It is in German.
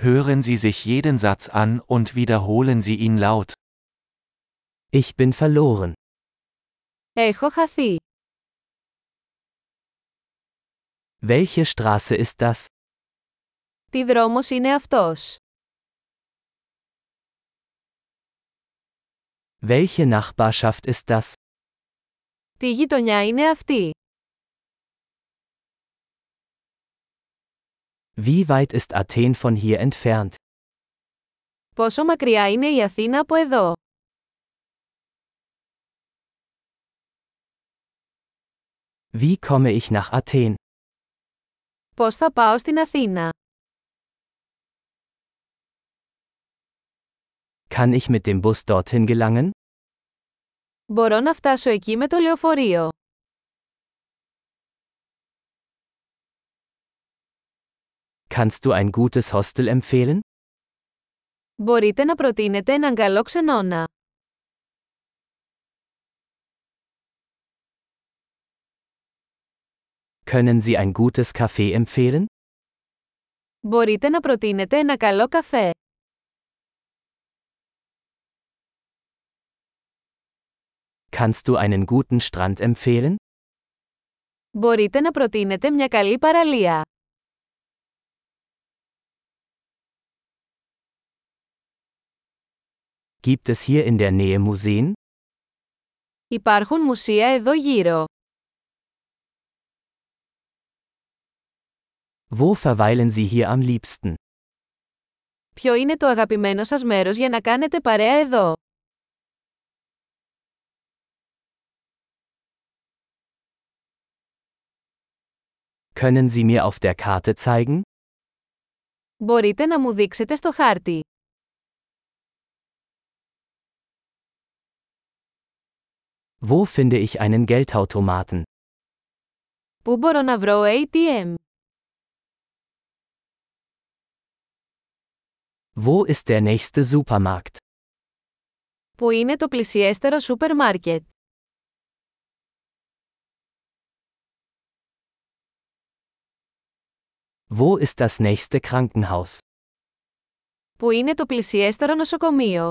Hören Sie sich jeden Satz an und wiederholen Sie ihn laut. Ich bin verloren. Έχω χαθεί. Welche Straße ist das? Τι δρόμος είναι αυτός. Welche Nachbarschaft ist das? Τι γειτονιά είναι αυτή. Wie weit ist Athen von hier entfernt? Πόσο μακριά είναι η Αθήνα από εδώ. Wie komme ich nach Athen? Πώς θα πάω στην Αθήνα. Kann ich mit dem Bus dorthin gelangen? Μπορώ να φτάσω εκεί με το λεωφορείο. Kannst du ein gutes Hostel empfehlen? Μπορείτε να προτείνετε έναν καλό ξενώνα. Können Sie ein gutes Café empfehlen? Μπορείτε να προτείνετε ένα καλό καφέ. Kannst du einen guten Strand empfehlen? Μπορείτε να προτείνετε μια καλή παραλία. Gibt es hier in der Nähe Museen? Υπάρχουν μουσεία εδώ γύρω. Wo verweilen Sie hier am liebsten? Ποιο είναι το αγαπημένο σας μέρος για να κάνετε παρέα εδώ. Können Sie mir auf der Karte zeigen? Μπορείτε να μου δείξετε στο χάρτη. Wo finde ich einen Geldautomaten? Πού μπορώ να βρω ATM. Wo ist der nächste Supermarkt? Πού είναι το πλησιέστερο σούπερ μάρκετ. Wo ist das nächste Krankenhaus? Πού είναι το πλησιέστερο νοσοκομείο.